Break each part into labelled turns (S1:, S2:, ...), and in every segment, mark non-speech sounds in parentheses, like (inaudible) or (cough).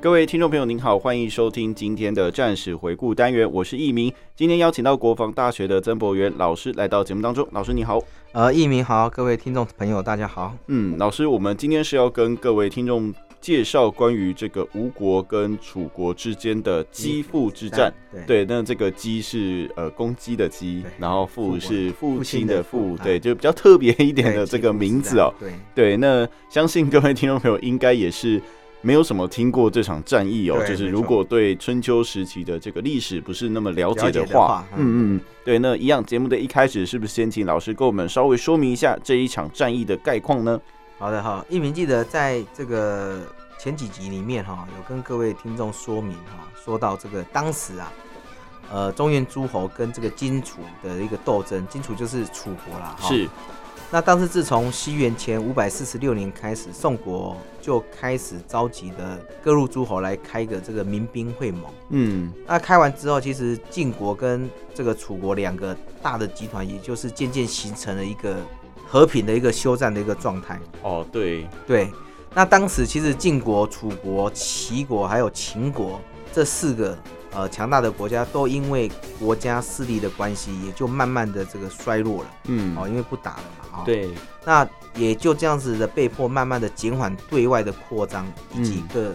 S1: 各位听众朋友，您好，欢迎收听今天的战史回顾单元，我是易明。今天邀请到国防大学的曾博元老师来到节目当中，老师你好。
S2: 呃，一鸣好，各位听众朋友，大家好。
S1: 嗯，老师，我们今天是要跟各位听众介绍关于这个吴国跟楚国之间的鸡父之战。，
S2: 对
S1: 对，那这个鸡是呃公鸡的鸡
S2: 对，
S1: 然后父是父亲的父
S2: 父亲的，父
S1: 对，
S2: 啊
S1: 就比较特别一点
S2: 对
S1: 的这个名字哦。，
S2: 啊对，
S1: 对，那相信各位听众朋友应该也是没有什么听过这场战役哦，
S2: 对
S1: 就是
S2: 没
S1: 如
S2: 错
S1: 果对春秋时期的这个历史不是那么了解
S2: 了解
S1: 的
S2: 的
S1: 话
S2: 话，
S1: 嗯嗯，对，那一样节目的一开始，是不是先请老师给我们稍微说明一下这一场战役的概况呢？
S2: 好的哈。一鸣记得在这个前几集里面哈，有跟各位听众说明哈，说到这个当时啊，呃，中原诸侯跟这个荆楚的一个斗争，荆楚就是楚国啦。哈。
S1: 是，
S2: 那当时自从西元前五百四十六年开始，宋国就开始召集的各路诸侯来开个这个民兵会盟。
S1: 嗯，
S2: 那开完之后，其实晋国跟这个楚国两个大的集团，也就是渐渐形成了一个和平的一个休战的一个状态。
S1: 哦，对，
S2: 对，那当时其实晋国、楚国、齐国还有秦国这四个呃强大的国家，都因为国家势力的关系，也就慢慢的这个衰落了
S1: 嗯，
S2: 哦，因为不打了嘛哦。，
S1: 对，
S2: 那也就这样子的被迫慢慢的减缓对外的扩张以及
S1: 嗯
S2: 各、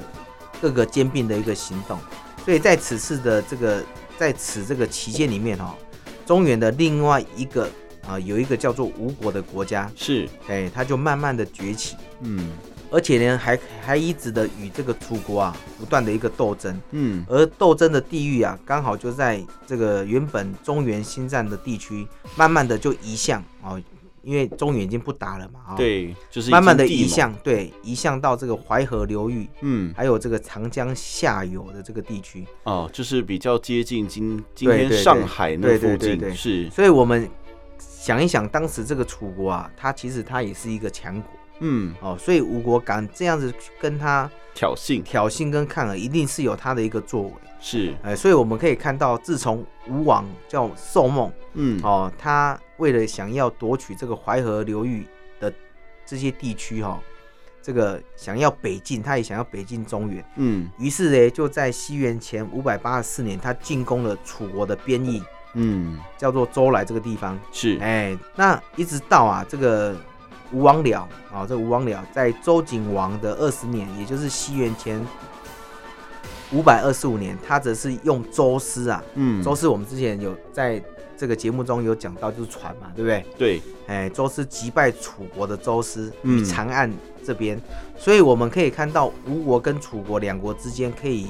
S2: 各个兼并的一个行动，所以在此次的这个在此这个期间里面哈、哦，中原的另外一个啊、有一个叫做吴国的国家，
S1: 是，
S2: 哎，它就慢慢的崛起，
S1: 嗯
S2: 而且呢还还一直的与这个楚国啊不断的一个斗争，
S1: 嗯，
S2: 而斗争的地域啊刚好就在这个原本中原新占的地区，慢慢的就移向哦，因为中原已经不打了嘛啊、哦。
S1: 对，就是
S2: 慢慢的
S1: 一
S2: 移
S1: 经地
S2: 向，对，移向到这个淮河流域，
S1: 嘛，嗯，
S2: 还有这个长江下游的这个地区。
S1: 哦，就是比较接近今今
S2: 对
S1: 天
S2: 对
S1: 上
S2: 对
S1: 海那
S2: 对
S1: 附
S2: 对对
S1: 近，
S2: 对
S1: 是，
S2: 所以我们想一想，当时这个楚国啊，它其实它也是一个强国
S1: 嗯，
S2: 哦，所以吴国敢这样子去跟他
S1: 挑衅，
S2: 挑衅跟抗衡，一定是有他的一个作为。
S1: 是，
S2: 呃，所以我们可以看到，自从吴王叫寿梦
S1: 嗯，
S2: 哦，他为了想要夺取这个淮河流域的这些地区哈、哦，这个想要北进，他也想要北进中原。
S1: 嗯
S2: 于是呢，就在西元前五百八十四年，他进攻了楚国的边邑，
S1: 嗯，
S2: 叫做周来这个地方。
S1: 是，
S2: 哎，那一直到啊，这个吴王僚啊、这吴王僚在周景王的二十年，也就是西元前五百二十五年，他则是用舟师啊，
S1: 嗯，
S2: 舟师我们之前有在这个节目中有讲到，就是船嘛，对不对？
S1: 对，
S2: 哎，周师击败楚国的周师
S1: 嗯
S2: 与长安这边，所以我们可以看到吴国跟楚国两国之间可以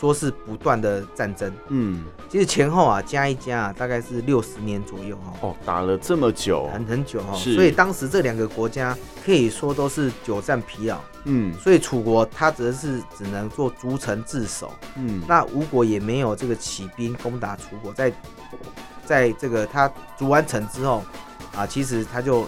S2: 说是不断的战争。
S1: 嗯，
S2: 其实前后啊加一加啊，大概是六十年左右哦，
S1: 哦，打了这么久，
S2: 很很久哦。
S1: 是
S2: 所以当时这两个国家可以说都是久战疲劳，
S1: 嗯
S2: 所以楚国它则是只能做逐城自守，
S1: 嗯，
S2: 那吴国也没有这个起兵攻打楚国，在在这个他筑完城之后啊，其实他就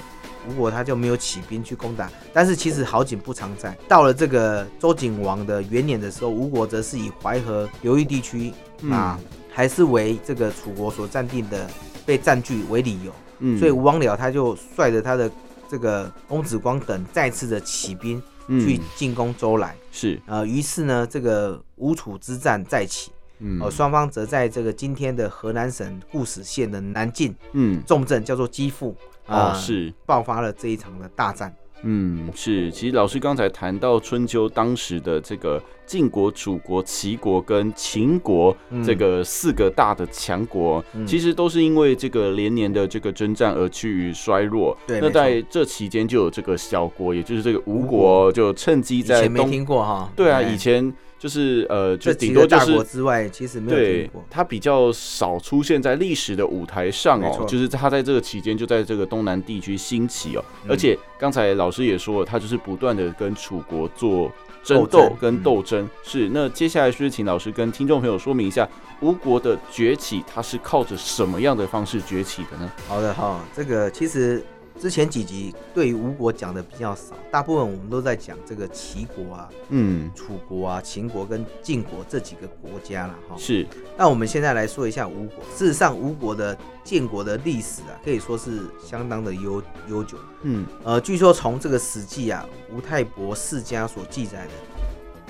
S2: 吴国他就没有起兵去攻打，但是其实好景不常在，到了这个周景王的元年的时候，吴国则是以淮河流域地区啊、还是为这个楚国所占定的被占据为理由，
S1: 嗯，
S2: 所以吴王僚他就率着他的这个公子光等再次的起兵去
S1: 嗯
S2: 进攻周来。
S1: 是，
S2: 呃，于是呢，这个吴楚之战再起，
S1: 嗯
S2: 呃，双方则在这个今天的河南省固始县的南境
S1: 嗯，
S2: 重镇叫做基辅
S1: 哦
S2: 啊，
S1: 是，
S2: 爆发了这一场的大战。
S1: 嗯是，其实老师刚才谈到春秋当时的这个晋国、楚国、齐国跟秦国
S2: 嗯
S1: 这个四个大的强国，
S2: 嗯
S1: 其实都是因为这个连年的这个征战而趋于衰落。
S2: 对
S1: 那
S2: 没错
S1: 在这期间就有这个小国，也就是这个吴
S2: 吴
S1: 国，就趁机
S2: 以
S1: 在
S2: 前没
S1: 东
S2: 听过哈，
S1: 对啊，
S2: 哎
S1: 以前就是呃，就
S2: 这
S1: 顶
S2: 几
S1: 多
S2: 个
S1: 就
S2: 大
S1: 是
S2: 国之外，其实没有
S1: 对
S2: 听过，。
S1: 它比较少出现在历史的舞台上
S2: 没
S1: 哦，
S2: 错
S1: 就是它在这个期间就在这个东南地区兴起哦，
S2: 嗯
S1: 而且刚才老师也说了，它就是不断的跟楚国做争
S2: 斗
S1: 斗
S2: 争嗯
S1: 跟斗争。是，那接下来是不是请老师跟听众朋友说明一下吴国的崛起，它是靠着什么样的方式崛起的呢？
S2: 好的哈，这个其实之前几集对于吴国讲的比较少，大部分我们都在讲这个齐国啊、
S1: 嗯，
S2: 楚国啊、秦国跟晋国这几个国家了哈。
S1: 是，
S2: 那我们现在来说一下吴国。事实上，吴国的建国的历史啊，可以说是相当的悠悠久。
S1: 嗯，
S2: 呃，据说从这个《史记》啊，吴太伯世家所记载的，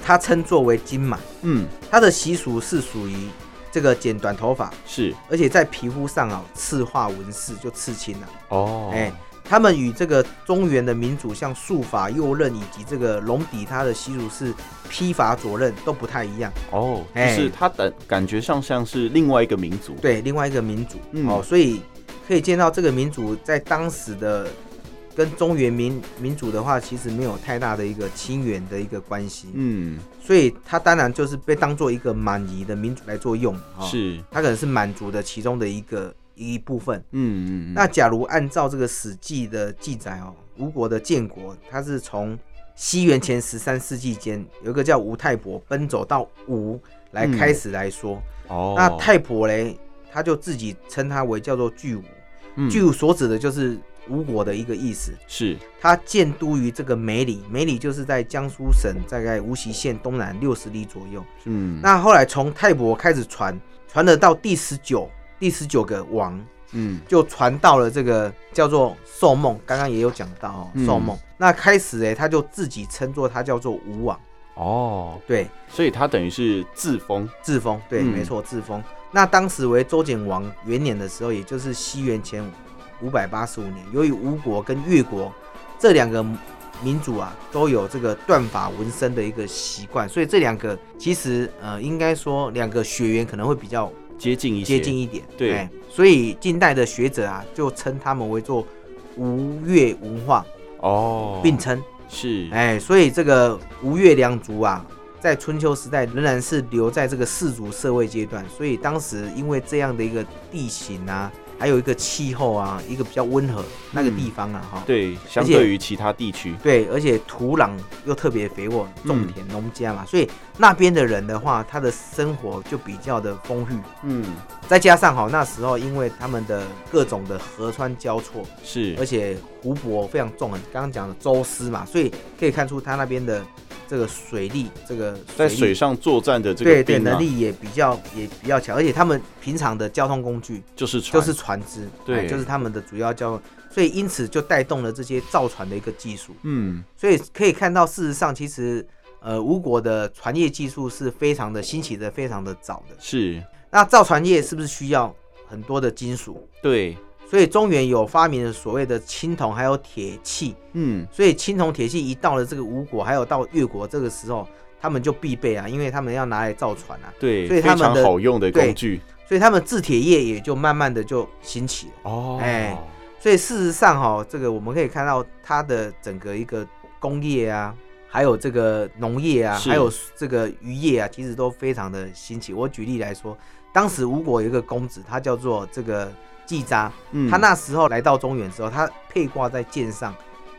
S2: 他称作为金马，
S1: 嗯，
S2: 他的习俗是属于这个剪短头发，
S1: 是，
S2: 而且在皮肤上啊刺画纹饰，就刺青啊。
S1: 哦，
S2: 哎、他们与这个中原的民族，像束发、右刃以及这个龙底，它的习俗是披发左刃都不太一样。
S1: 哦，就
S2: 哎
S1: 是它感感觉上像是另外一个民族，
S2: 对，另外一个民族、
S1: 嗯
S2: 哦，所以可以见到这个民族在当时的跟中原民民族的话，其实没有太大的一个亲缘的一个关系，
S1: 嗯，
S2: 所以他当然就是被当做一个满夷的民族来做用，哦、，
S1: 是，
S2: 他可能是满族的其中的一个一部分。
S1: 嗯嗯，嗯
S2: 那假如按照这个《史记》的记载哦，吴国的建国，它是从西元前十三世纪间，有一个叫吴太伯奔走到吴来
S1: 嗯
S2: 开始来说。
S1: 哦，
S2: 那太伯嘞，他就自己称它为叫做巨吴，
S1: 嗯
S2: 巨吴所指的就是吴国的一个意思。
S1: 是，
S2: 它建都于这个梅里，梅里就是在江苏省大概无锡县东南六十里左右。
S1: 嗯，
S2: 那后来从泰伯开始传，传了到第十九第十九个王，
S1: 嗯
S2: 就传到了这个叫做寿梦，刚刚也有讲到哦，
S1: 嗯
S2: 寿梦。那开始哎，他就自己称作他叫做吴王，
S1: 哦，
S2: 对，
S1: 所以他等于是自封，
S2: 自封，对，
S1: 嗯
S2: 没错，自封。那当时为周简王元年的时候，也就是西元前五百八十五年，由于吴国跟越国这两个民族啊，都有这个断发纹身的一个习惯，所以这两个其实呃，应该说两个血缘可能会比较
S1: 接近一些，
S2: 接近一点，
S1: 对
S2: 哎所以近代的学者啊，就称他们为做吴越文化，
S1: 哦，
S2: 并称，
S1: 是，
S2: 哎、所以这个吴越两族啊，在春秋时代仍然是留在这个氏族社会阶段，所以当时因为这样的一个地形啊，还有一个气候啊，一个比较温和那个地方啊，哈、
S1: 嗯对，相
S2: 且
S1: 对于其他地区，
S2: 对，而且土壤又特别肥沃，种
S1: 嗯
S2: 田农家嘛，所以那边的人的话，他的生活就比较的丰裕，
S1: 嗯，
S2: 再加上哈那时候，因为他们的各种的河川交错，
S1: 是
S2: 而，且湖泊非常纵横，刚刚讲的舟师嘛，所以可以看出他那边的这个水利，这个
S1: 在
S2: 力
S1: 水上作战的这
S2: 对
S1: 个
S2: 对
S1: 兵啊
S2: 能，力也比较也比较强，而且他们平常的交通工具
S1: 就是船
S2: 就是船只，
S1: 对
S2: 哎就是他们的主要交通，所以因此就带动了这些造船的一个技术，
S1: 嗯，
S2: 所以可以看到，事实上其实呃吴国的船业技术是非常的兴起的，非常的早的。
S1: 是，
S2: 那造船业是不是需要很多的金属？
S1: 对，
S2: 所以中原有发明了所谓的青铜，还有铁器。
S1: 嗯，
S2: 所以青铜铁器一到了这个吴国，还有到越国这个时候，他们就必备啊，因为他们要拿来造船啊，
S1: 对，
S2: 所以
S1: 非
S2: 他们
S1: 常
S2: 的
S1: 好用的
S2: 对
S1: 工具，
S2: 所以他们制铁业也就慢慢的就兴起了。
S1: 哦，
S2: 哎所以事实上哈、这个我们可以看到它的整个一个工业啊，还有这个农业啊，
S1: 是
S2: 还有这个渔业啊，其实都非常的兴起。我举例来说，当时吴国有一个公子，他叫做这个季札，
S1: 嗯，
S2: 他那时候来到中原之后，他佩挂在剑上，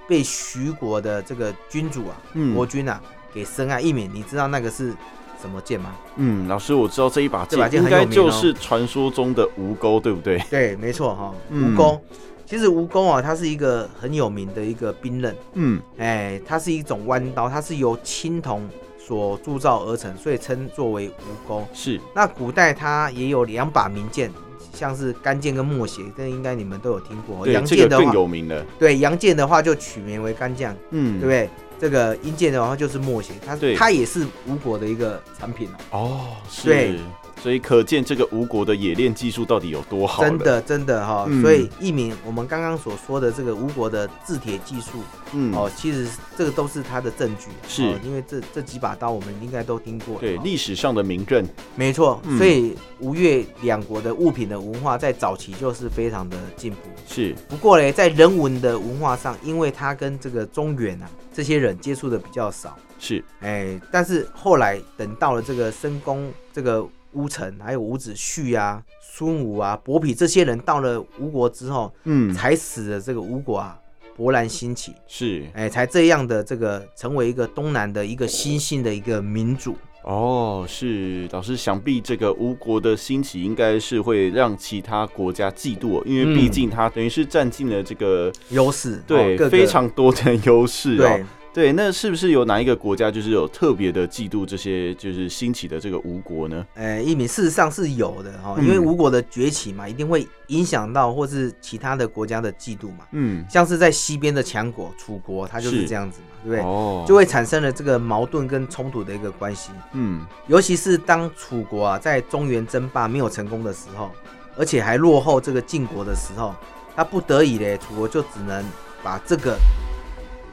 S2: 被徐国的这个君主啊，
S1: 嗯
S2: 国君啊给深爱一泯。你知道那个是什么剑吗？
S1: 嗯，老师，我知道这一把
S2: 这把剑
S1: 应
S2: 很有
S1: 该
S2: 名
S1: 就
S2: 哦
S1: 是传说中的吴钩，对不对？
S2: 对，没错哈、
S1: 嗯
S2: 吴钩。其实吴钩啊，它是一个很有名的一个兵刃，
S1: 嗯，
S2: 哎，它是一种弯刀，它是由青铜所铸造而成，所以称作为吴钩。
S1: 是，
S2: 那古代它也有两把名剑，像是干剑跟墨邪，这应该你们都有听过。
S1: 对，
S2: 杨
S1: 这个
S2: 剑的
S1: 更
S2: 话，
S1: 有名了，
S2: 对杨剑的话就取名为干将。
S1: 嗯，
S2: 对不？对？这个阴剑的话就是墨邪，它
S1: 对
S2: 它也是吴国的一个产品哦。
S1: 哦，是，
S2: 对
S1: 所以可见这个吴国的冶炼技术到底有多好了。
S2: 真，的真的哈、
S1: 嗯
S2: 所以一鸣我们刚刚所说的这个吴国的制铁技术
S1: 嗯，
S2: 哦，其实这个都是他的证据，
S1: 是
S2: 哦因为这这几把刀我们应该都听过，
S1: 对，
S2: 哦
S1: 历史上的名阵，
S2: 没错
S1: 嗯，
S2: 所以吴越两国的物品的文化在早期就是非常的进步。
S1: 是，
S2: 不过嘞，在人文的文化上，因为他跟这个中原啊这些人接触的比较少，
S1: 是，
S2: 哎，但是后来等到了这个申公、这个乌程，还有伍子胥啊、孙武啊、伯嚭这些人到了吴国之后，
S1: 嗯，
S2: 才使得这个吴国啊勃然兴起，
S1: 是，
S2: 哎，才这样的这个成为一个东南的一个新兴的一个民主。
S1: 哦，是，老师，想必这个吴国的兴起应该是会让其他国家嫉妒哦，因为毕
S2: 嗯
S1: 竟它等于是占尽了这个
S2: 优势，
S1: 对、
S2: 嗯哦各个
S1: 非常多的优势哦
S2: 对。，
S1: 对，那是不是有哪一个国家就是有特别的嫉妒这些就是兴起的这个吴国呢？
S2: 呃，一鸣事实上是有的哈、哦，
S1: 嗯
S2: 因为吴国的崛起嘛，一定会影响到或是其他的国家的嫉妒嘛，
S1: 嗯，
S2: 像是在西边的强国楚国，它就是
S1: 是
S2: 这样子嘛，对不对？
S1: 哦，
S2: 就会产生了这个矛盾跟冲突的一个关系，
S1: 嗯，
S2: 尤其是当楚国啊在中原争霸没有成功的时候，而且还落后这个晋国的时候，他不得已嘞，楚国就只能把这个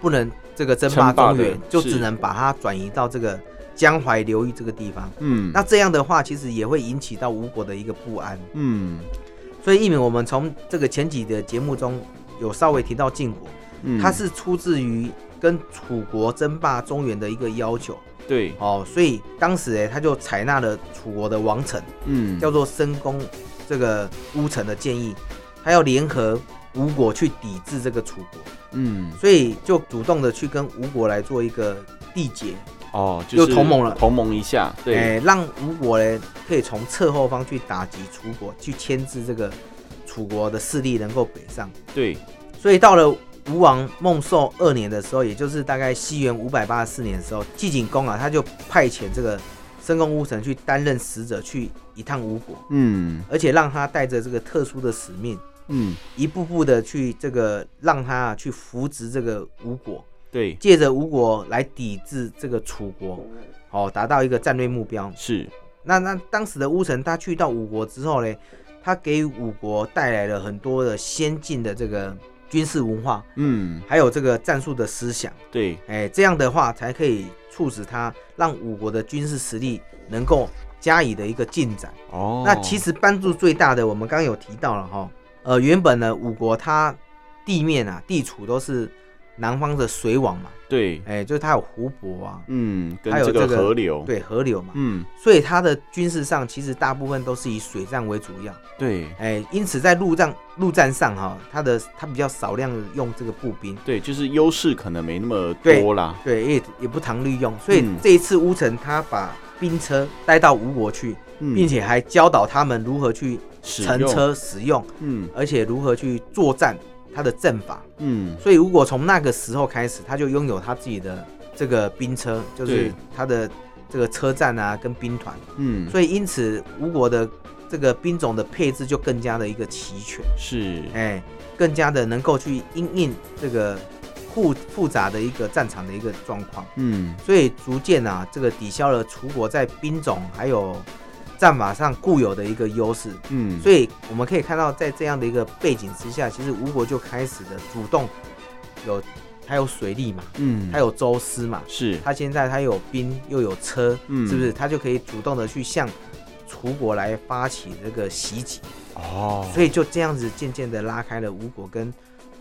S2: 不能这个争霸
S1: 称霸的
S2: 中原，就是只能把它转移到这个江淮流域这个地方。
S1: 嗯，
S2: 那这样的话，其实也会引起到吴国的一个不安。
S1: 嗯
S2: 所以，一鸣我们从这个前几的节目中有稍微提到晋国，
S1: 嗯，
S2: 它是出自于跟楚国争霸中原的一个要求
S1: 嗯对，
S2: 哦，所以当时哎，他就采纳了楚国的王臣
S1: 嗯，
S2: 叫做申公这个乌臣的建议，他要联合吴国去抵制这个楚国，
S1: 嗯，
S2: 所以就主动的去跟吴国来做一个缔结，
S1: 哦，就
S2: 又
S1: 是
S2: 同盟了
S1: 同盟一下，对，
S2: 哎，让吴国呢可以从侧后方去打击楚国，去牵制这个楚国的势力能够北上。
S1: 对，
S2: 所以到了吴王孟寿二年的时候，也就是大概西元五百八十四年的时候，季景公啊，他就派遣这个申公巫臣去担任使者，去一趟吴国，
S1: 嗯
S2: 而且让他带着这个特殊的使命，
S1: 嗯，
S2: 一步步的去这个让他啊去扶植这个吴国，
S1: 对，
S2: 借着吴国来抵制这个楚国，哦，达到一个战略目标。
S1: 是，
S2: 那那当时的乌臣他去到五国之后呢，他给予五国带来了很多的先进的这个军事文化，
S1: 嗯，
S2: 还有这个战术的思想，
S1: 对，
S2: 哎，这样的话才可以促使他让五国的军事实力能够加以的一个进展。
S1: 哦，
S2: 那其实帮助最大的，我们刚刚有提到了哈，呃，原本呢五国它地面啊地处都是南方的水网嘛，
S1: 对，
S2: 哎，就是它有湖泊啊，
S1: 嗯，跟
S2: 还有
S1: 这个
S2: 这个
S1: 河流，，
S2: 对河流嘛，
S1: 嗯，
S2: 所以它的军事上其实大部分都是以水战为主要，
S1: 对，
S2: 哎，因此在陆战陆战上哈，它的它比较少量地用这个步兵，
S1: 对，就是优势可能没那么
S2: 对
S1: 多啦，
S2: 对，也也不常利用，所以
S1: 嗯
S2: 这一次乌城他把兵车带到吴国去，
S1: 嗯
S2: 并且还教导他们如何去
S1: 使
S2: 乘
S1: 用，
S2: 车使用，
S1: 嗯
S2: 而且如何去作战，他的阵法。
S1: 嗯，
S2: 所以如果从那个时候开始，他就拥有他自己的这个兵车，就是
S1: 对
S2: 他的这个车站啊跟兵团，
S1: 嗯，
S2: 所以因此吴国的这个兵种的配置就更加的一个齐全。
S1: 是，
S2: 哎，更加的能够去因应这个复复杂的一个战场的一个状况，
S1: 嗯，
S2: 所以逐渐啊，这个抵消了楚国在兵种还有战法上固有的一个优势。
S1: 嗯，
S2: 所以我们可以看到，在这样的一个背景之下，其实吴国就开始的主动有，它有水利嘛，
S1: 嗯，
S2: 它有舟师嘛，
S1: 是，
S2: 它现在它有兵又有车，
S1: 嗯
S2: 是不是？它就可以主动的去向楚国来发起这个袭击。
S1: 哦，
S2: 所以就这样子渐渐的拉开了吴国跟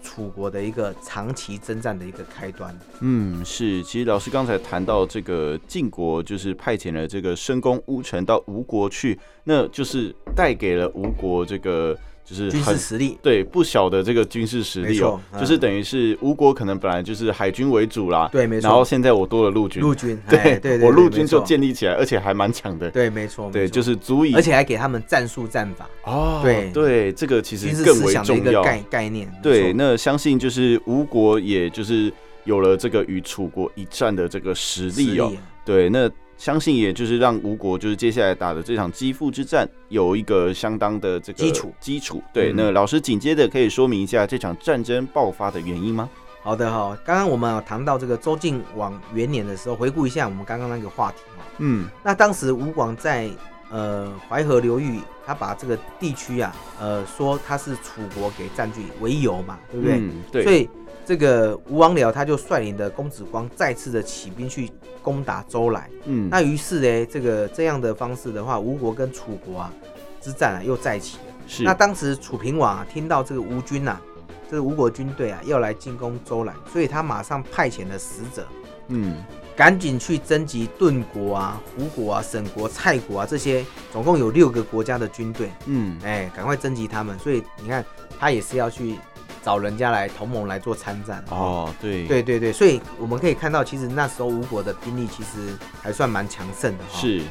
S2: 楚国的一个长期征战的一个开端。
S1: 嗯，是，其实老师刚才谈到这个晋国，就是派遣了这个申公乌臣到吴国去，那就是带给了吴国这个就是
S2: 军
S1: 很
S2: 事实力，
S1: 对不小的这个军事实力哦，
S2: 没错嗯
S1: 就是等于是吴国可能本来就是海军为主啦，
S2: 对，没
S1: 然后
S2: 错，
S1: 现在我多了陆军，
S2: 陆军，
S1: 对、
S2: 哎对对，
S1: 我陆
S2: 没
S1: 军
S2: 错
S1: 就，建立起来，而且还蛮强的，
S2: 对，没错，，
S1: 对，就是是足以，
S2: 而且还给他们战术战法、
S1: 哦，
S2: 对
S1: 对，这个其
S2: 军
S1: 实
S2: 事
S1: 更
S2: 思
S1: 为
S2: 想的一
S1: 重
S2: 个
S1: 要，
S2: 概概念。没
S1: 对，
S2: 错
S1: 那相信就是吴国，也就是有了这个与楚国一战的这个实力哦。
S2: 实啊
S1: 对，那相信也就是让吴国就是接下来打的这场肌肤之战有一个相当的这个
S2: 基础
S1: 基础。对，
S2: 嗯
S1: 那老师紧接着可以说明一下这场战争爆发的原因吗？
S2: 好的哈、刚刚我们有谈到这个周敬王元年的时候，回顾一下我们刚刚那个话题哈、
S1: 嗯，
S2: 那当时吴广在呃淮河流域，他把这个地区啊，呃说他是楚国给占据为由嘛，对不对？
S1: 嗯，对，
S2: 所以这个吴王僚他就率领的公子光再次的起兵去攻打周来。
S1: 嗯，
S2: 那于是呢，这个这样的方式的话，吴国跟楚国啊之战啊又再起了。
S1: 是
S2: 那当时楚平王啊听到这个吴军呐、啊，这个吴国军队啊要来进攻周来，所以他马上派遣了使者，
S1: 嗯
S2: 赶紧去征集顿国啊、胡国啊、沈国、蔡国啊这些，总共有六个国家的军队，
S1: 嗯
S2: 哎，赶快征集他们。所以你看，他也是要去找人家来同盟来做参战。啊
S1: 哦，对
S2: 对对对，所以我们可以看到，其实那时候吴国的兵力其实还算蛮强盛的哈、
S1: 是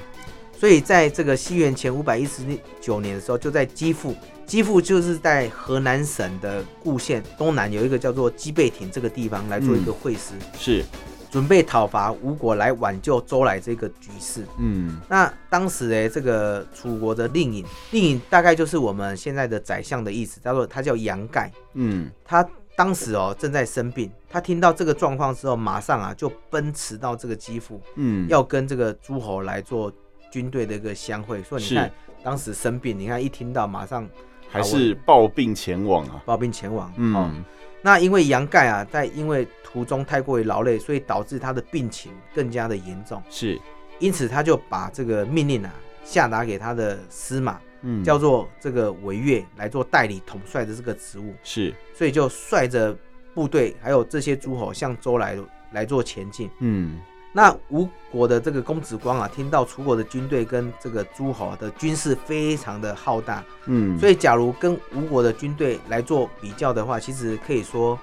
S2: 所以在这个西元前五百一十九年的时候，就在基辅，基辅就是在河南省的固县东南有一个叫做基贝亭这个地方来做一个会师，
S1: 是，
S2: 准备讨伐吴国来挽救周来这个局势。
S1: 嗯
S2: 那当时诶，这个楚国的令尹，令尹大概就是我们现在的宰相的意思，叫做他叫杨盖，
S1: 嗯
S2: 他当时哦正在生病，他听到这个状况之后，马上啊就奔驰到这个基辅，
S1: 嗯，
S2: 要跟这个诸侯来做军队的一个相会。所以你看
S1: 是，
S2: 当时生病，你看一听到马上
S1: 还是抱病前往啊，
S2: 抱病前往。哦，
S1: 嗯
S2: 那因为杨盖啊，在因为途中太过于劳累，所以导致他的病情更加的严重，
S1: 是，
S2: 因此他就把这个命令啊下达给他的司马，
S1: 嗯
S2: 叫做这个韦越来做代理统帅的这个职务。
S1: 是，
S2: 所以就率着部队还有这些诸侯向周来来做前进。
S1: 嗯
S2: 那吴国的这个公子光啊，听到楚国的军队跟这个诸侯的军事非常的浩大，
S1: 嗯，
S2: 所
S1: 以
S2: 以假如跟吴国的军队来做比较的话，其实可以说，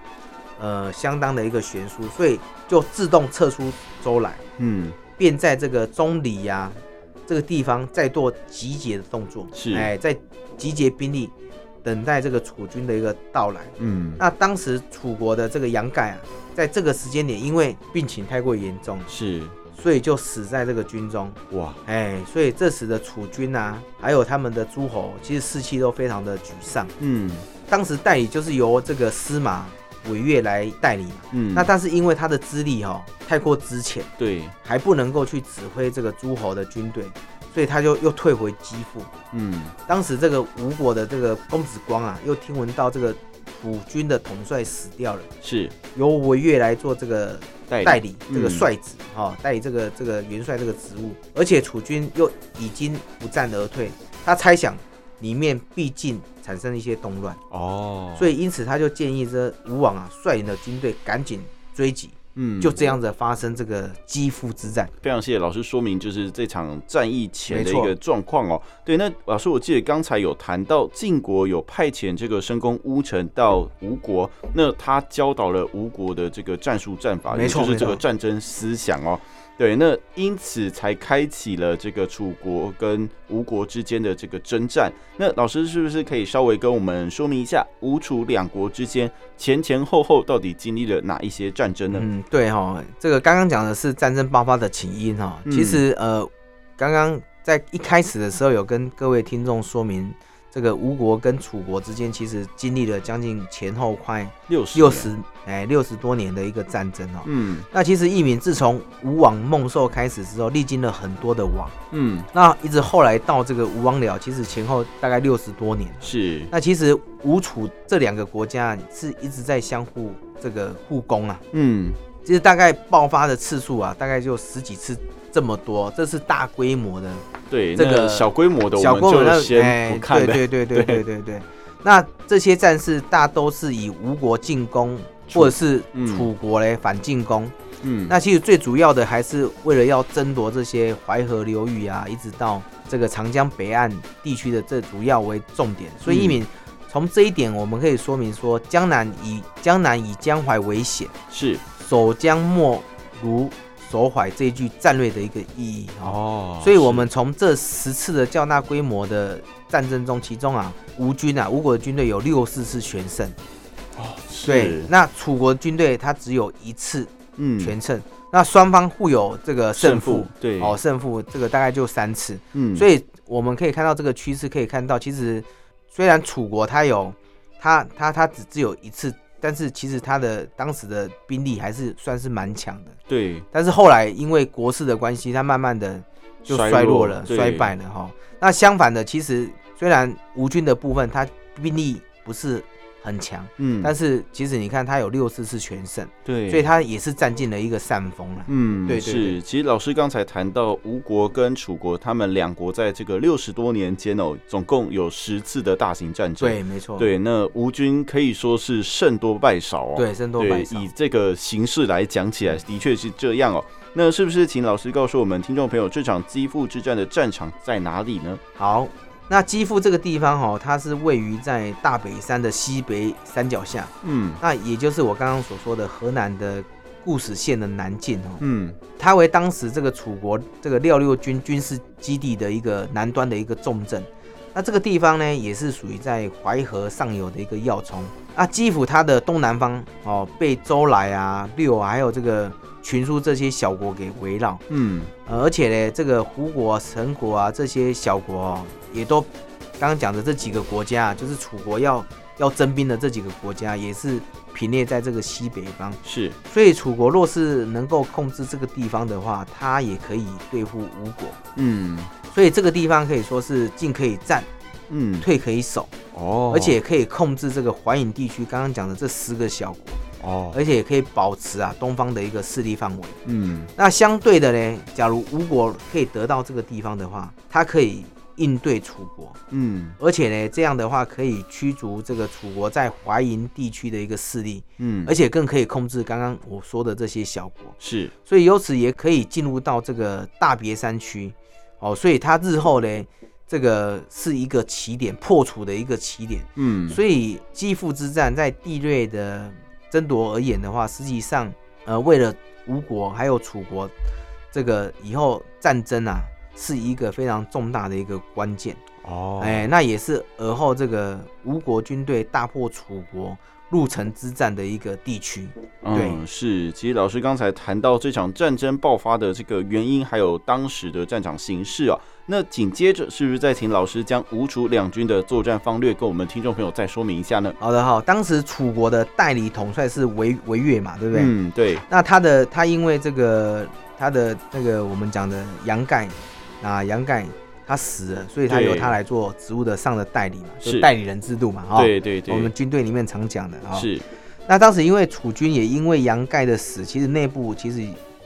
S2: 呃，相当的一个悬殊，所以就自动撤出周来，
S1: 嗯
S2: 便在这个中里呀、这个地方再做集结的动作，
S1: 是
S2: 哎，在集结兵力，等待这个楚军的一个到来。
S1: 嗯
S2: 那当时楚国的这个杨盖啊，在这个时间点，因为病情太过严重，
S1: 是，
S2: 所以就死在这个军中。
S1: 哇，
S2: 哎，所以这时的楚军啊，还有他们的诸侯，其实士气都非常的沮丧。
S1: 嗯
S2: 当时代理就是由这个司马韦越来代理嘛。
S1: 嗯，
S2: 那但是因为他的资历哦太过之前，
S1: 对，
S2: 还不能够去指挥这个诸侯的军队，所以他就又退回基辅。
S1: 嗯
S2: 当时这个吴国的这个公子光啊，又听闻到这个楚军的统帅死掉了。
S1: 是
S2: 由韦越来做这个
S1: 代
S2: 代理
S1: 嗯
S2: 这个帅职，哈、代理这个这个元帅这个职务，而且楚军又已经不战而退，他猜想里面毕竟产生了一些动乱，
S1: 哦，
S2: 所
S1: 以
S2: 以因此他就建议这吴王啊率领的军队赶紧追击，
S1: 嗯
S2: 就这样子发生这个肌肤之战。
S1: 非常谢谢老师说明，就是这场战役前的
S2: 没
S1: 一
S2: 错
S1: 个状况哦。对，那老师，我记得刚才有谈到晋国有派遣这个申公乌臣到吴国，那他教导了吴国的这个战术战法，
S2: 没错
S1: 也就是这个
S2: 没错
S1: 战争思想哦。对，那因此才开启了这个楚国跟吴国之间的这个征战。那老师是不是可以稍微跟我们说明一下，吴楚两国之间前前后后到底经历了哪一些战争呢？
S2: 嗯，对哈、这个刚刚讲的是战争爆发的起因哈、
S1: 嗯
S2: 其实呃，刚刚在一开始的时候有跟各位听众说明，这个吴国跟楚国之间其实经历了将近前后快
S1: 六十
S2: 六
S1: 年，
S2: 十哎六十多年的一个战争哦。
S1: 嗯
S2: 那其实义民自从吴王孟寿开始之后，历经了很多的王，
S1: 嗯，
S2: 那一直后来到这个吴王僚，其实前后大概六十多年。
S1: 是
S2: 那其实吴楚这两个国家是一直在相互这个互攻啊，
S1: 嗯。
S2: 其实大概爆发的次数啊，大概就十几次这么多，这是大规模的
S1: 对，
S2: 这
S1: 那
S2: 个
S1: 小规模的
S2: 小
S1: 我们
S2: 规模
S1: 就
S2: 的，
S1: 先不看
S2: 对
S1: 了。
S2: 哎对对对对对对。那这些战事大都是以吴国进攻
S1: 楚
S2: 或者是
S1: 嗯
S2: 楚国嘞反进攻，
S1: 嗯，
S2: 那其实最主要的还是为了要争夺这些淮河流域啊，一直到这个长江北岸地区的这主要为重点。所以
S1: 嗯
S2: 一敏从这一点，我们可以说明说，江南以江南以江淮为险。
S1: 是
S2: 守将莫如守怀这一句战略的一个意义哦。
S1: 哦
S2: 所以，我们从这十次的较大规模的战争中，其中啊，吴军啊，吴国的军队有六四次全胜，
S1: 是
S2: 对，那楚国军队它只有一次
S1: 嗯
S2: 全胜，那双方互有这个胜负，
S1: 对
S2: 哦，胜负这个大概就三次，
S1: 嗯
S2: 所
S1: 以
S2: 以我们可以看到这个趋势，可以看到其实虽然楚国它有它它它只只有一次，但是其实它的当时的兵力还是算是蛮强的。
S1: 对
S2: 但是后来因为国事的关系，他慢慢的就
S1: 衰
S2: 衰
S1: 落
S2: 落了、
S1: 对
S2: 衰败了哈。那相反的，其实虽然吴军的部分他兵力不是很强，
S1: 嗯，
S2: 但
S1: 是
S2: 是其实你看他有六次是全胜，
S1: 对，
S2: 所以他也是占尽了一个上风了。
S1: 嗯，
S2: 对对
S1: 是。
S2: 对
S1: 其实老师刚才谈到吴国跟楚国，他们两国在这个六十多年间哦，总共有十次的大型战争。
S2: 对，没错，
S1: 对，那吴军可以说是胜多败少哦。
S2: 对，胜多
S1: 对
S2: 败少
S1: 以。这个形式来讲起来，的确是这样哦。那是不是请老师告诉我们听众朋友，这场基辅之战的战场在哪里呢？
S2: 好，那基辅这个地方哦，它是位于在大北山的西北山脚下，
S1: 嗯
S2: 那也就是我刚刚所说的河南的固始县的南境哦。
S1: 嗯，
S2: 它为当时这个楚国这个六六军军事基地的一个南端的一个重镇。那这个地方呢，也是属于在淮河上游的一个要冲。那基辅它的东南方哦，被周来啊、六啊，还有这个群书这些小国给围绕。
S1: 嗯，
S2: 呃，而且呢，这个胡国、啊、陈国啊这些小国、哦、也都，刚刚讲的这几个国家、啊，就是楚国要要征兵的这几个国家，也是平列在这个西北方。
S1: 是，
S2: 所以楚国若是能够控制这个地方的话，它也可以对付吴国。
S1: 嗯
S2: 所以这个地方可以说是进可以战，
S1: 嗯，
S2: 退可以守，
S1: 哦，
S2: 而且可以控制这个淮阴地区刚刚讲的这十个小国，
S1: 哦，
S2: 而且也可以保持啊东方的一个势力范围。
S1: 嗯
S2: 那相对的呢，假如吴国可以得到这个地方的话，它可以应对楚国，
S1: 嗯
S2: 而且呢这样的话可以驱逐这个楚国在淮阴地区的一个势力，
S1: 嗯，
S2: 而
S1: 且
S2: 且更可以控制刚刚我说的这些小国。
S1: 是，
S2: 所以由此也可以进入到这个大别山区，哦，所以它日后呢，这个是一个起点，破楚的一个起点。
S1: 嗯，
S2: 所以基辅之战在地略的争夺而言的话，实际上，呃，为了吴国还有楚国，这个以后战争啊，是一个非常重大的一个关键。
S1: 哦，
S2: 哎，那也是而后这个吴国军队大破楚国入城之战的一个地区。
S1: 嗯，是。其实老师刚才谈到这场战争爆发的这个原因，还有当时的战场形势啊。那紧接着，是不是再请老师将吴楚两军的作战方略跟我们听众朋友再说明一下呢？
S2: 好的好，当时楚国的代理统帅是韦韦越嘛，对不对？
S1: 嗯，对，
S2: 那他的他因为这个他的那个我们讲的杨盖啊杨盖他死了，所以他
S1: 对
S2: 由他来做职务的上的代理嘛，就是代理人制度嘛，哈、
S1: 对对对，
S2: 啊我们军队里面常讲的啊、哦。
S1: 是
S2: 那当时因为楚军也因为杨盖的死，其实内部其实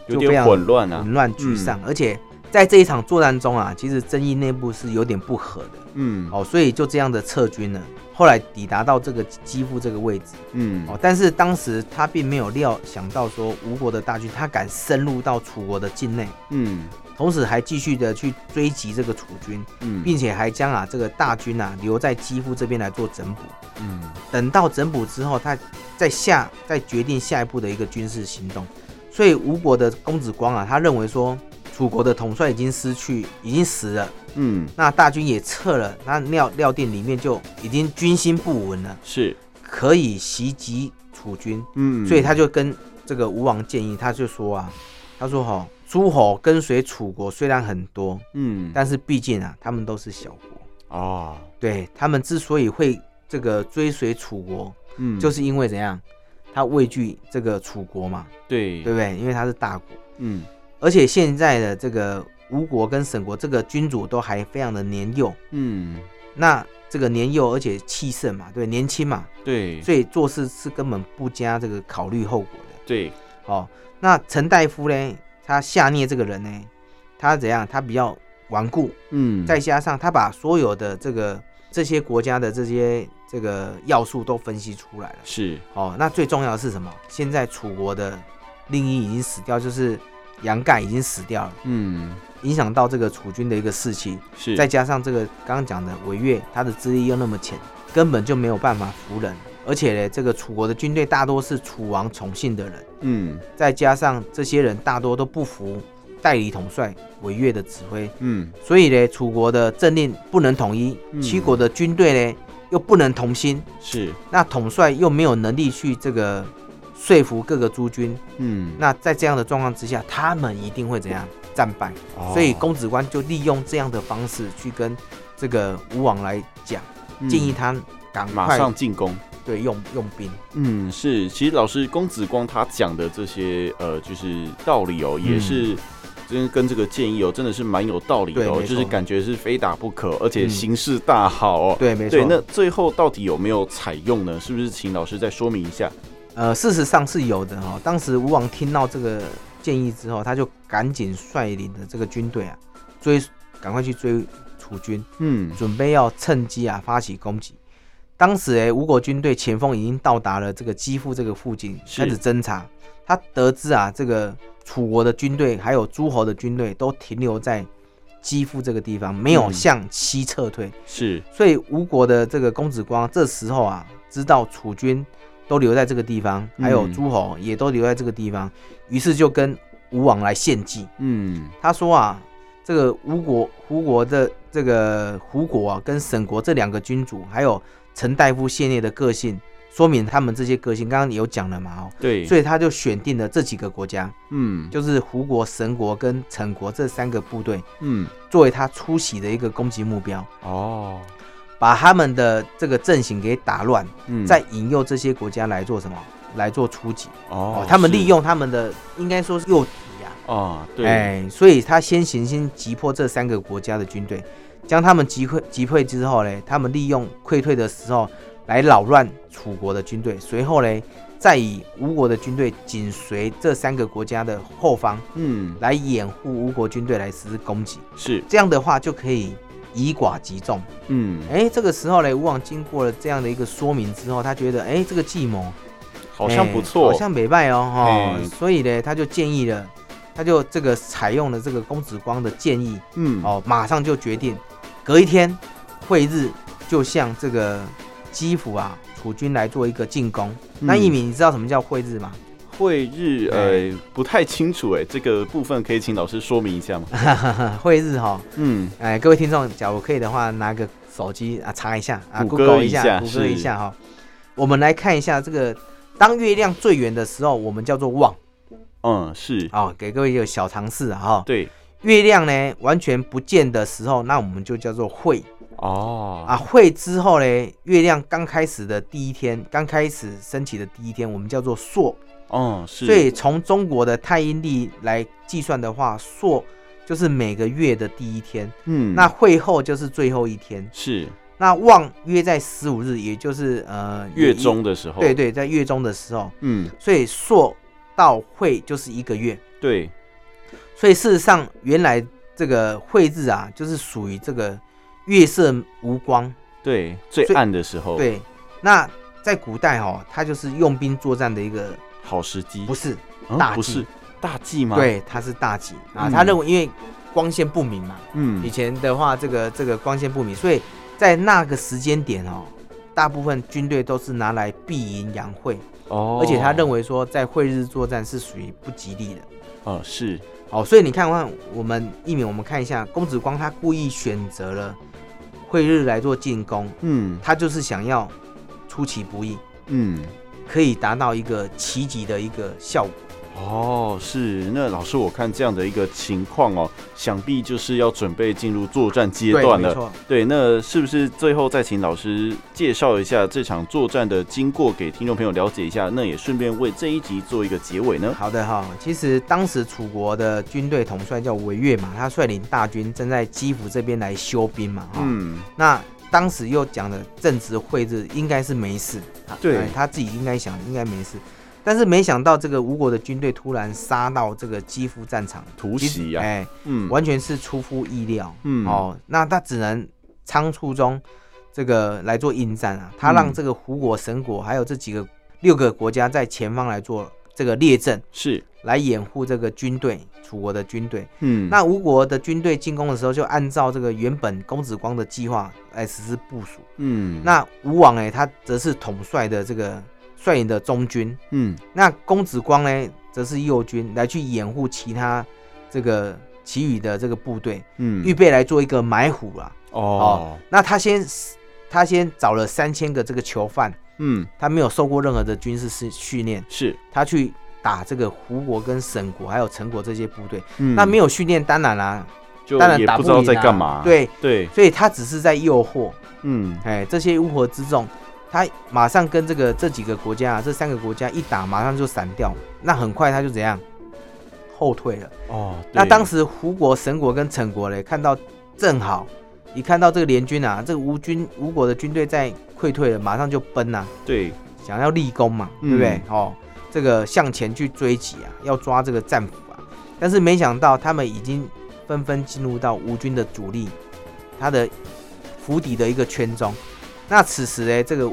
S1: 有
S2: 就非
S1: 点
S2: 常
S1: 混乱啊
S2: 混。乱沮丧，而且在这一场作战中啊，其实争议内部是有点不和的。
S1: 嗯，
S2: 哦，所以就这样的撤军了。后来抵达到这个基辅这个位置
S1: 嗯，
S2: 哦，但是当时他并没有料想到说吴国的大军他敢深入到楚国的境内，
S1: 嗯
S2: 同时还继续的去追击这个楚军，
S1: 嗯，
S2: 并且还将啊这个大军啊留在基辅这边来做整补。
S1: 嗯
S2: 等到整补之后，他再下再决定下一步的一个军事行动。所以吴国的公子光啊，他认为说楚国的统帅已经失去，已经死了。
S1: 嗯
S2: 那大军也撤了，那料料定里面就已经军心不稳了，
S1: 是
S2: 可以袭击楚军，
S1: 嗯，
S2: 所以他就跟这个吴王建议，他就说啊，他说吼、诸侯跟随楚国虽然很多，
S1: 嗯，
S2: 但是毕竟啊，他们都是小国，
S1: 哦，
S2: 对他们之所以会这个追随楚国，
S1: 嗯，
S2: 就是是因为怎样，他畏惧这个楚国嘛，
S1: 对
S2: 对不对？因为他是大国，
S1: 嗯
S2: 而且现在的这个吴国跟沈国这个君主都还非常的年幼，
S1: 嗯
S2: 那这个年幼而且气盛嘛，对，年轻嘛，
S1: 对
S2: 所以做事是根本不加这个考虑后果的。
S1: 对
S2: 哦，那陈大夫呢，他下聂这个人呢，他怎样？他比较顽固，
S1: 嗯
S2: 再加上他把所有的这个这些国家的这些这个要素都分析出来了。
S1: 是
S2: 哦，那最重要的是什么？现在楚国的令尹已经死掉，就是杨盖已经死掉了，
S1: 嗯
S2: 影响到这个楚军的一个士气。
S1: 是
S2: 再加上这个刚刚讲的韦越，他的资历又那么浅，根本就没有办法服人。而且呢，这个楚国的军队大多是楚王宠信的人，
S1: 嗯
S2: 再加上这些人大多都不服代理统帅韦越的指挥，
S1: 嗯
S2: 所以呢，楚国的政令不能统一，
S1: 嗯
S2: 齐国的军队呢又不能同心，
S1: 是
S2: 那统帅又没有能力去这个说服各个诸军。
S1: 嗯
S2: 那在这样的状况之下，他们一定会怎样战败？
S1: 哦
S2: 所以公子关就利用这样的方式去跟这个吴王来讲，建议他赶
S1: 嗯马
S2: 快
S1: 上进攻。
S2: 对用用兵。
S1: 嗯，是，其实老师公子光他讲的这些呃，就是道理哦，也
S3: 嗯
S1: 是。跟跟这个建议哦，真的是蛮有道理的哦，
S2: 对没
S1: 就是
S2: 错
S1: 感觉是非打不可，而且
S2: 嗯
S1: 形势大好哦。
S2: 对，没
S1: 对，那
S2: 错。
S1: 最后到底有没有采用呢？是不是请老师再说明一下？
S2: 呃，事实上是有的哈、当时吴王听到这个建议之后，他就赶紧率领的这个军队啊，追，赶快去追楚军，
S1: 嗯，
S2: 准备要趁机啊发起攻击。当时哎，吴国军队前锋已经到达了这个基辅这个附近，
S1: 是
S2: 开始侦查。他得知啊，这个楚国的军队还有诸侯的军队都停留在基辅这个地方，没有
S1: 嗯
S2: 向西撤退。
S1: 是
S2: 所以吴国的这个公子光这时候啊，知道楚军都留在这个地方，
S1: 嗯
S2: 还有诸侯也都留在这个地方，于是就跟吴王来献计。
S1: 嗯，
S2: 他说啊，这个吴国、胡国的这个胡国啊，跟沈国这两个君主，还有陈大夫谢烈的个性，说明他们这些个性，刚刚你有讲了嘛哦，
S1: 对，
S2: 所以他就选定了这几个国家，
S1: 嗯
S2: 就是胡国、沈国跟陈国这三个部队，
S1: 嗯，
S2: 作为他出席的一个攻击目标。
S1: 哦，
S2: 把他们的这个阵型给打乱，
S1: 嗯，
S2: 再引诱这些国家来做什么？来做出击
S1: 哦
S2: 哦，，他们
S1: 是
S2: 利用他们的应该说是诱敌呀、
S1: 啊，对，
S2: 哎，所以他先行先击破这三个国家的军队，将他们击溃击溃之后呢，他们利用溃退的时候来扰乱楚国的军队，随后呢，再以吴国的军队紧随这三个国家的后方
S1: 嗯，
S2: 来掩护吴国军队来实施攻击，
S1: 是，
S2: 这样的话就可以以寡击众。
S1: 嗯，
S2: 哎，这个时候嘞，吴王经过了这样的一个说明之后，他觉得哎，这个计谋
S1: 好像
S2: 哎
S1: 不错，
S2: 好像没败哦，哈、
S1: 嗯
S2: 所以呢，他就建议了，他就这个采用了这个公子光的建议
S1: 嗯，
S2: 哦，马上就决定，隔一天会日就向这个基辅啊楚军来做一个进攻。那一
S1: 嗯
S2: 鸣，你知道什么叫会日吗？
S1: 会日
S2: 哎
S1: 呃不太清楚哎，这个部分可以请老师说明一
S2: (laughs)
S1: 下吗？
S2: 呃会日哈、
S1: 嗯，
S2: 哎，各位听众，假如可以的话，拿个手机啊查一下啊
S1: 谷歌
S2: ，Google
S1: 一
S2: 一
S1: 下
S2: 下，谷歌一
S1: 是
S2: 下哈、我们来看一下这个，当月亮最圆的时候，我们叫做望
S1: 嗯，是，
S2: 啊、给各位一个小尝试啊哈、
S1: 对，
S2: 月亮呢完全不见的时候，那我们就叫做会
S1: 哦，
S2: 啊。会之后呢，月亮刚开始的第一天，刚开始升起的第一天，我们叫做朔。
S1: 嗯，是，
S2: 所以从中国的太阴历来计算的话，朔就是每个月的第一天，
S1: 嗯，
S2: 那会后就是最后一天。
S1: 是
S2: 那望约在十五日，也就是呃
S1: 月，中的时候，
S2: 对，对，在月中的时候，
S1: 嗯，
S2: 所以朔到会就是一个月。
S1: 对，
S2: 所以事实上，原来这个会日啊，就是属于这个月色无光。
S1: 对，最
S2: 所以
S1: 暗的时候，，
S2: 对，那在古代哦，它就是用兵作战的一个，
S1: 好时机，
S2: 不是，
S1: 嗯
S2: 大
S1: 不
S2: 忌
S1: 是大忌吗？，
S2: 对，它是大忌啊。
S1: 嗯
S2: 他认为因为光线不明嘛，以
S1: 嗯，
S2: 前的话，这个这个光线不明，所以在那个时间点哦。大部分军队都是拿来避营养晦，
S1: 哦，
S2: 而且他认为说在晦日作战是属于不吉利的。
S1: 哦，是，
S2: 好，所以你看看我们一鸣，我们看一下公子光他故意选择了晦日来做进攻，
S1: 嗯
S2: 他就是想要出其不意，
S1: 嗯。
S2: 可以达到一个奇迹的一个效果。
S1: 哦，是那老师，我看这样的一个情况哦，想必就是要准备进入作战阶段
S2: 没
S1: 了。
S2: 错。
S1: 对，那是不是最后再请老师介绍一下这场作战的经过，给听众朋友了解一下？那也顺便为这一集做一个结尾呢？
S2: 好的哈，其实当时楚国的军队统帅叫韦越嘛，他率领大军正在基辅这边来休兵嘛哈。
S1: 嗯，
S2: 那当时又讲的正值会日，应该是没事。
S1: 对
S2: 哎他自己应该想应该没事，但是没想到这个吴国的军队突然杀到这个基辅战场，
S1: 突
S2: 其实
S1: 袭呀、
S2: 哎，
S1: 嗯，
S2: 完全是出乎意料。
S1: 嗯
S2: 哦，那他只能仓促中这个来做应战啊，他让
S1: 嗯
S2: 这个胡国、神国还有这几个六个国家在前方来做这个列阵，
S1: 是，
S2: 来掩护这个军队，楚国的军队。
S1: 嗯，
S2: 那吴国的军队进攻的时候，就按照这个原本公子光的计划来实施部署。
S1: 嗯，
S2: 那吴王哎，他则是统帅的这个率领的中军，
S1: 嗯
S2: 那公子光呢，则是右军来去掩护其他这个其余的这个部队，
S1: 嗯
S2: 预备来做一个埋伏啊。
S1: 哦，
S2: 那他先他先找了三千个这个囚犯，
S1: 嗯
S2: 他没有受过任何的军事训训练，
S1: 是，
S2: 他去打这个胡国跟沈国还有陈国这些部队。
S1: 嗯，
S2: 那没有训练，当然啦、
S1: 就
S2: 当然
S1: 也
S2: 打
S1: 不知道
S2: 赢啊
S1: 在干嘛，
S2: 对，
S1: 对，
S2: 所以他只是在诱惑，
S1: 嗯
S2: 哎，这些乌合之众。他马上跟这个这几个国家啊，这三个国家一打，马上就散掉。那很快他就怎样？后退了。
S1: 哦，
S2: 那
S1: 对
S2: 当时胡国、沈国跟陈国嘞，看到正好一看到这个联军啊，这个吴军吴国的军队在溃退了，马上就奔啊呐、
S1: 对
S2: 想要立功嘛，
S1: 嗯
S2: 对不对？哦，这个向前去追击啊，要抓这个战俘啊。但是没想到他们已经纷纷进入到吴军的主力，他的府邸的一个圈中。那此时呢，这个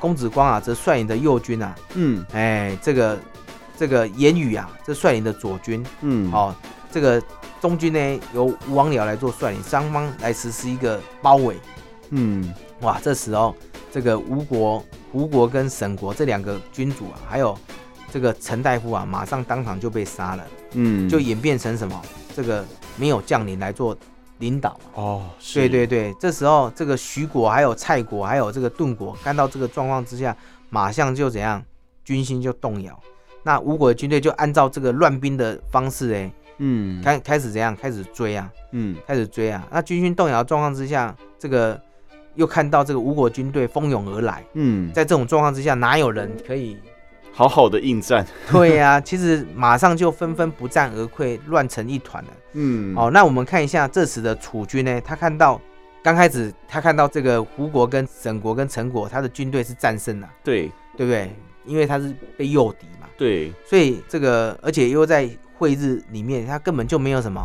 S2: 公子光啊，则率领的右军啊，
S1: 嗯
S2: 哎，这个这个言语啊，这率领的左军
S1: 嗯，
S2: 哦，这个中军呢由吴王僚来做率领，双方来实施一个包围。
S1: 嗯
S2: 哇，这时候这个吴国、胡国跟沈国这两个君主啊，还有这个陈大夫啊，马上当场就被杀了，
S1: 嗯，
S2: 就演变成什么？这个没有将领来做领导。啊
S1: 哦，是
S2: 对对对，这时候这个徐国、还有蔡国、还有这个顿国，看到这个状况之下，马上就怎样，军心就动摇。那吴国的军队就按照这个乱兵的方式，哎，
S1: 嗯
S2: 开开始怎样？开始追啊，
S1: 嗯
S2: 开始追啊。那军心动摇的状况之下，这个又看到这个吴国军队蜂拥而来，
S1: 嗯，
S2: 在这种状况之下，哪有人可以？
S1: 好好的应战，
S2: 对呀、 (laughs) 其实马上就纷纷不战而溃，乱成一团了。
S1: 嗯
S2: 哦，那我们看一下这时的楚军呢，他看到刚开始他看到这个胡国跟沈国跟陈国他的军队是战胜了，
S1: 对
S2: 对不对？因为他是被诱敌嘛，
S1: 对，
S2: 所以这个而且又在会日里面，他根本就没有什么，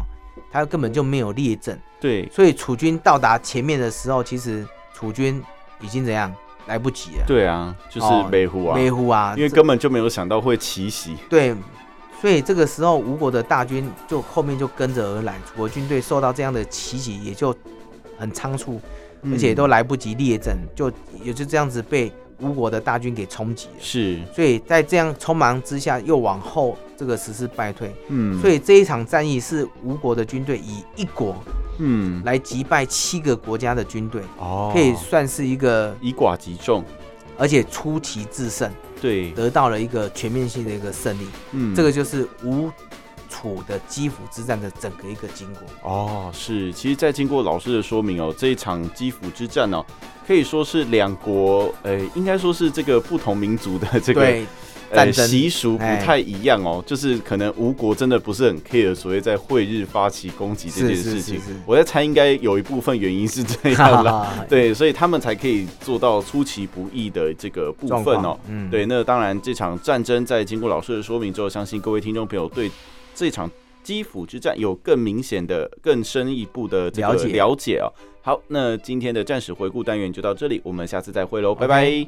S2: 他根本就没有列阵。
S1: 对，
S2: 所以楚军到达前面的时候，其实楚军已经怎样来不及了，
S1: 对啊，就是
S2: 哦
S1: 北湖啊，
S2: 没乎啊，
S1: 因为
S2: 这
S1: 根本就没有想到会奇袭，
S2: 对，所以这个时候吴国的大军就后面就跟着而来，楚国军队受到这样的奇袭，也就很仓促，
S1: 嗯
S2: 而且都来不及列阵，就也就这样子被吴国的大军给冲击了。
S1: 是，
S2: 所以在这样匆忙之下，又往后这个实施败退。
S1: 嗯，
S2: 所以这一场战役是吴国的军队以一国
S1: 嗯，
S2: 来击败七个国家的军队，
S1: 哦，
S2: 可以算是一个
S1: 以寡击众，
S2: 而且出奇制胜，
S1: 对，
S2: 得到了一个全面性的一个胜利。
S1: 嗯，
S2: 这个就是吴楚的基辅之战的整个一个经过。
S1: 哦，是，其实，在经过老师的说明哦，这一场基辅之战哦，可以说是两国，呃，应该说是这个不同民族的这个
S2: 对
S1: 呃
S2: 战争
S1: 习俗不
S2: 哎
S1: 太一样哦，就是可能吴国真的不是很 care 所谓在会日发起攻击这件
S2: 是是
S1: 事情，
S2: 是是
S1: 我在猜应该有一部分原因是这
S2: (laughs)
S1: 样啦，对，所以他们才可以做到出其不意的这个部
S2: 状
S1: 分
S2: 况
S1: 哦。
S2: 嗯，
S1: 对，那当然，这场战争在经过老师的说明之后，相信各位听众朋友对这场基辅之战有更明显的、更深一步的这个
S2: 了解
S1: 了解哦。好，那今天的战史回顾单元就到这里，我们下次再会喽，拜
S2: OK
S1: 拜。